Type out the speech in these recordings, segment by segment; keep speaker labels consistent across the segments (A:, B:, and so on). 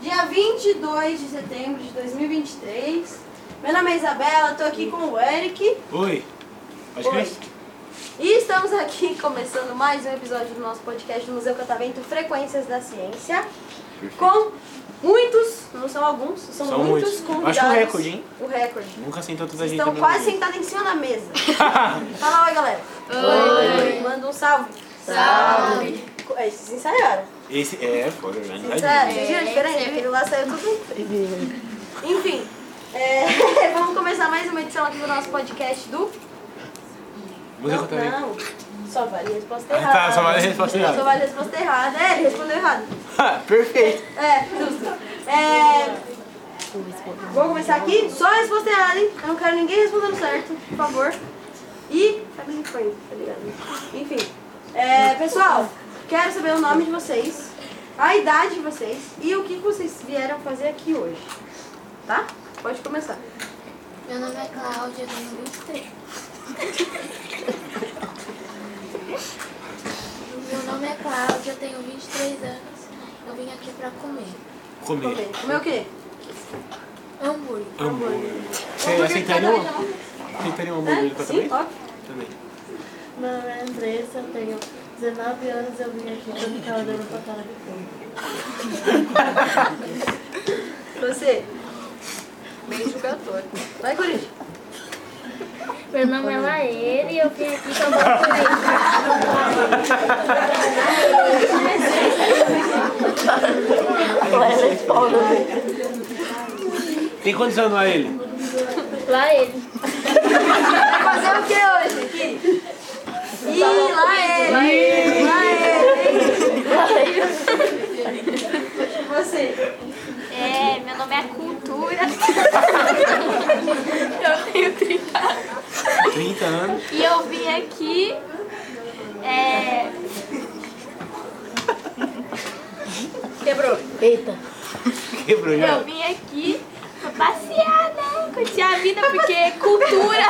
A: Dia 22 de setembro de 2023. Meu nome é Isabela, tô aqui com o Eric
B: Oi. Pode
A: Oi.
B: crer?
A: e estamos aqui começando mais um episódio do nosso podcast do Museu Catavento Frequências da Ciência. Com muitos, não são alguns, são,
B: São
A: muitos
B: muitos. Acho
A: convidados.
B: um recorde, hein?
A: O recorde.
B: Nunca sentou tanta gente.
A: Estão
B: na
A: quase
B: mesa.
A: sentados em cima da mesa. Fala oi, galera. Oi. Manda um salve.
C: Salve.
A: Co- é, Vocês ensaiaram?
B: Esse é, foi organizado.
A: Isso é, gente, é diferente, aquele lá saiu tudo Enfim, é, vamos começar mais uma edição aqui do nosso podcast do.
B: Museu
A: não,
B: Catavento.
A: não, só vale a resposta
B: tá Ah,
A: errada.
B: tá, só vale a resposta errada.
A: Só vale a resposta errada. É, ele respondeu errado.
B: Ah, Perfeito.
A: É, justo. É, vou começar aqui, só a resposta errada, hein? Eu não quero ninguém respondendo certo, por favor. E. Sabe quem foi, tá ligado? Enfim, é, pessoal, quero saber o nome de vocês, a idade de vocês e o que que vocês vieram fazer aqui hoje. Tá? Pode começar.
C: Meu nome é Cláudia, eu tenho 23. Meu nome é Cláudia, eu tenho 23 anos. Eu vim aqui pra comer
B: Comer.
A: Comer. Comer o quê?
C: hambúrguer.
B: Hambúrguer. Você aceitaria um aceitaria um hambúrguer do
A: Sim,
B: Catavento?
A: óbvio.
B: Também.
D: Meu nome é Andressa, eu tenho 19 anos, eu vim aqui pra ficar olhando pra cara de fogo.
A: Você. Bem jogador. Vai, Corinthians.
E: Meu nome é Maíra e eu vim aqui só pra comer.
B: Tem quantos anos lá ele?
E: Lá ele.
A: Vai fazer o que hoje aqui? Ih, lá ele! Lá ele! Lá ele! E Você?
E: É, meu nome é Cultura
B: 30 anos.
E: e eu vim aqui. É.
A: Quebrou.
B: Quebrou já.
E: Eu vim aqui pra passear, né? Curtir a vida, porque cultura.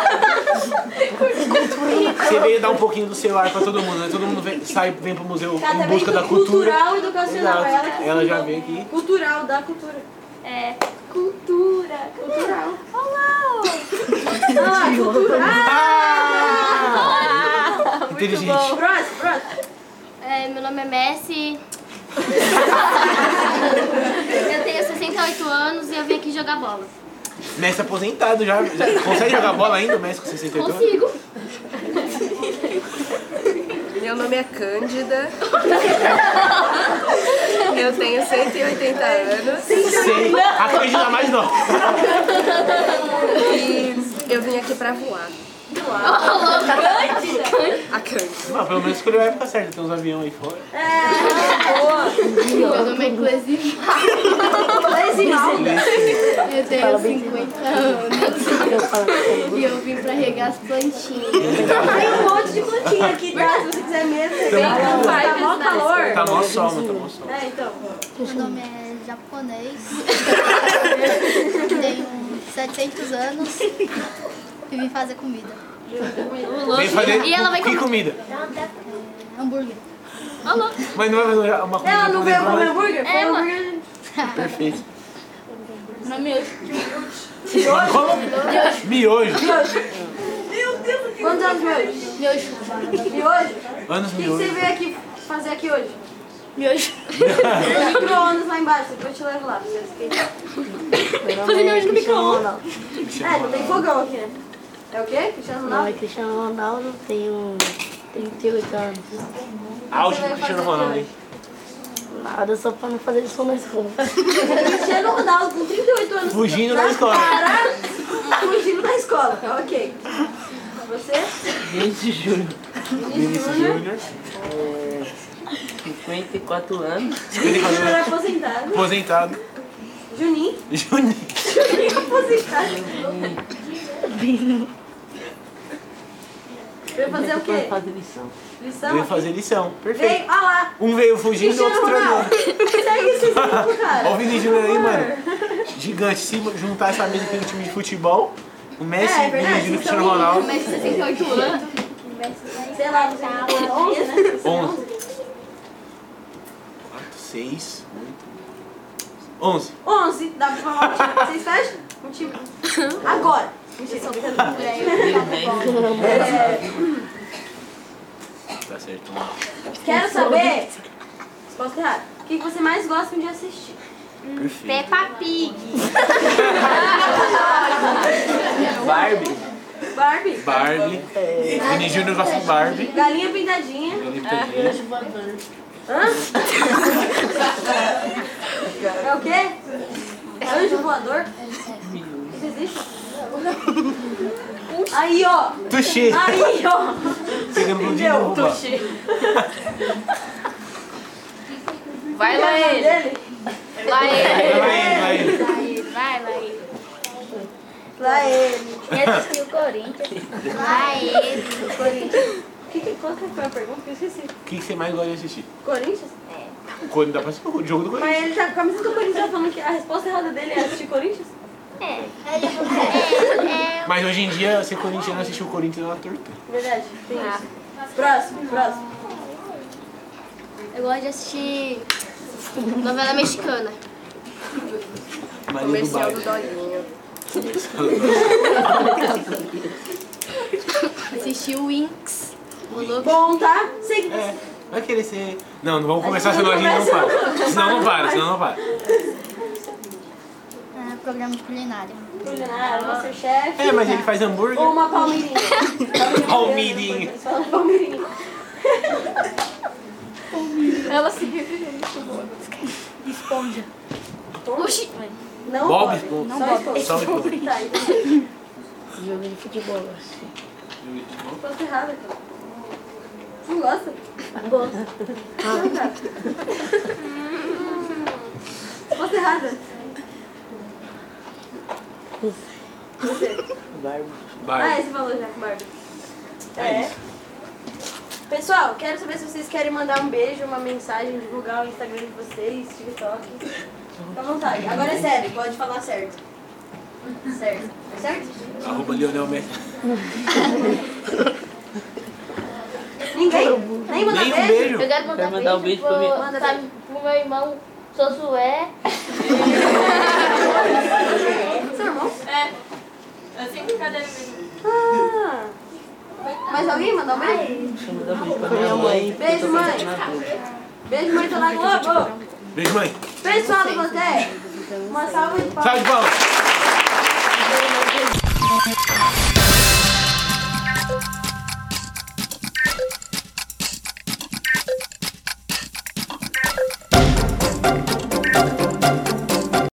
B: Você veio dar um pouquinho do celular pra todo mundo, né? Todo mundo vem, sai, vem pro museu
A: Tá,
B: em
A: Catavento
B: busca da cultura.
A: cultural e educacional. é
B: Exato.
A: Ela, que-
B: Ela já veio aqui.
A: Cultural, da cultura.
E: É. Cultura.
A: Cultural.
E: Olá!
A: Ah, cultural!
B: Ah! Inteligente.
A: Próximo, próximo.
E: É, meu nome é Messi. eu tenho 68 anos e eu vim aqui jogar bola.
B: Messi aposentado já. já- Consegue jogar bola ainda, o Messi com 62?
E: Consigo.
F: Meu nome é Cândida. Eu tenho 180 anos
B: Sei. A Cândida mais nova.
F: e eu vim aqui pra voar. A Cândida.
B: Não, Ah, pelo menos escolheu a época certa, tem uns aviões aí fora.
C: Meu nome é Clesimar,
A: Lesimal.
C: eu tenho 50 anos. E eu vim pra regar as plantinhas.
A: Tem um monte de plantinha aqui, tá? Se você quiser mesmo, você vem. Tá mó calor.
B: Tá mó sol, mano, tá mó sol.
A: É, então.
C: Meu nome é japonês. Tenho 700 anos. E vim fazer comida.
B: Vem fazer
E: E ela vai
B: que
E: comer.
B: comida?
C: Hambúrguer.
E: Alô.
B: Mas não vai fazer uma comida.
A: Ela não
B: pra
A: veio
B: levar,
A: comer
B: né?
A: hambúrguer? Foi
E: É, mano.
A: hambúrguer.
B: Perfeito. Como? Miojo.
A: Quantos anos, meu? E hoje?
B: Anos
A: O que que você
B: miojo.
A: veio aqui fazer aqui hoje? Miojo. micro-ondas lá embaixo, depois eu te levo lá. pra você esquentar.
D: Meu nome é Cristiano Ronaldo.
A: É, não tem fogão aqui, né? É o quê? Cristiano
D: Meu nome é
A: Ronaldo?
D: Cristiano Ronaldo, um tenho 38 anos.
B: Auge do Cristiano Ronaldo, hein?
D: Nada, só pra não fazer isso na escola.
A: Cristiano Ronaldo com 38 anos.
B: Fugindo da escola.
A: Caralho! Fugindo da escola, tá ok. Você?
G: Vinícius Júnior,
A: Vinícius Júnior.
B: Júnior.
G: 54 anos.
A: Vinícius Júnior aposentado.
B: Aposentado.
A: Juninho.
B: Juninho.
A: Juninho aposentado. Veio fazer o
D: É.
A: quê?
G: Fazer lição.
B: Eu ia
A: Lição?
B: fazer lição. Perfeito.
A: Veio, ah lá!
B: Um veio fugindo e
A: Cristiano
B: outro treinando.
A: Ronaldo! Segue esse exemplo, cara!
B: Olha o Vini Júnior aí, mano. Gigante. Se juntar essa mesa aqui no time de futebol, o Messi,
A: É, é
B: o
A: verdade,
B: Vini
A: vocês
B: Júnior, o Cristiano
A: são
B: Ronaldo.
C: Mas 68 anos.
A: Sei lá, você tá 11, né?
B: 11. 4, 6, 8, 11.
A: 11, dá pra formar um time. Vocês fecham? Um time. Agora! Mentira, É,
B: Tá certo. mano.
A: Quero saber, resposta errada, o que que você mais gosta de assistir?
B: Perfeito.
E: Hum, Peppa Pig.
G: Barbie.
A: Barbie,
B: Barbie.
A: É.
B: O Vini Júnior gosta de Barbie.
A: galinha pintadinha,
B: Eu lembro também.
D: voador.
A: é o quê? É Anjo voador? Isso existe? Aí, ó!
B: Tuxi.
A: Aí, ó!
B: Você lembrou de novo, mano.
E: Vai
A: Qual
E: lá
A: é o nome
E: ele.
A: dele?
E: Lá ele.
B: Vai lá ele, vai ele.
E: Lá ele. Vai lá ele.
A: Lá ele.
E: o Corinthians. Lá ele.
A: Corinthians. Que, que, qual que foi a pergunta que eu esqueci?
B: O que que você mais gosta de assistir?
A: Corinthians?
B: Quando dá pra assistir o jogo do Corinthians.
A: Mas ele tá com a camisa do Corinthians tá falando que a resposta errada dele é assistir Corinthians?
E: É. É. É.
B: Mas hoje em dia, ser corintiano assistir o Corinthians é uma tortura.
A: Verdade, tem
E: Ah.
A: isso. Próximo, próximo.
C: Eu gosto de assistir novela mexicana.
B: Maria do
F: Comercial do
B: bairro.
F: Dolinho.
C: Assisti o Winx. O novo
A: Bom, tá? Sei que
B: É, vai querer ser. Não, não vamos começar,
A: não
B: senão a gente não
A: começa,
B: para. Senão não para, senão não para.
H: É, programa de culinária.
A: culinário, Masterchef.
B: É, mas ele faz hambúrguer.
A: Ou uma palmeirinha.
B: Palmeirinha.
A: Eles falam palmeirinha.
E: Ela se referiu. né?
A: Oxi. Não
B: Bob
A: pode.
B: Esponja.
A: Só esponja.
B: Só esponja.
A: Tá, então.
F: Jogo de futebol, acho.
A: Resposta errada, cara. Você né? não gosta? Gosto. Não, cara. Hum. né? Resposta errada. Você.
G: Barbie.
A: Ah,
B: Vai.
A: esse falou já, Barbie. É. Pessoal, quero saber se vocês querem mandar um beijo, uma mensagem, divulgar o Instagram de vocês, TikTok. Fica à vontade. Agora é sério, pode falar certo. Certo. É certo?
B: Arroba Lionel Messi.
A: Ninguém? Nem mandar
B: Nem um
A: beijo?
B: beijo.
E: Eu quero mandar,
G: Quer mandar um beijo pra
E: pro,
G: mim?
A: Manda
E: pra-
A: beijo.
E: Tá, pro meu irmão Sosué.
A: Seu irmão?
E: É. Eu sempre cadê ele?
A: Ah. Mais alguém mandar um beijo?
G: Deixa eu mandar um beijo pra minha mãe.
A: Beijo, mãe. Beijo, mãe, tá na Globo.
B: Beijo, mãe.
A: Pessoal do Boteco, uma salva de palmas.
B: Salve de palmas.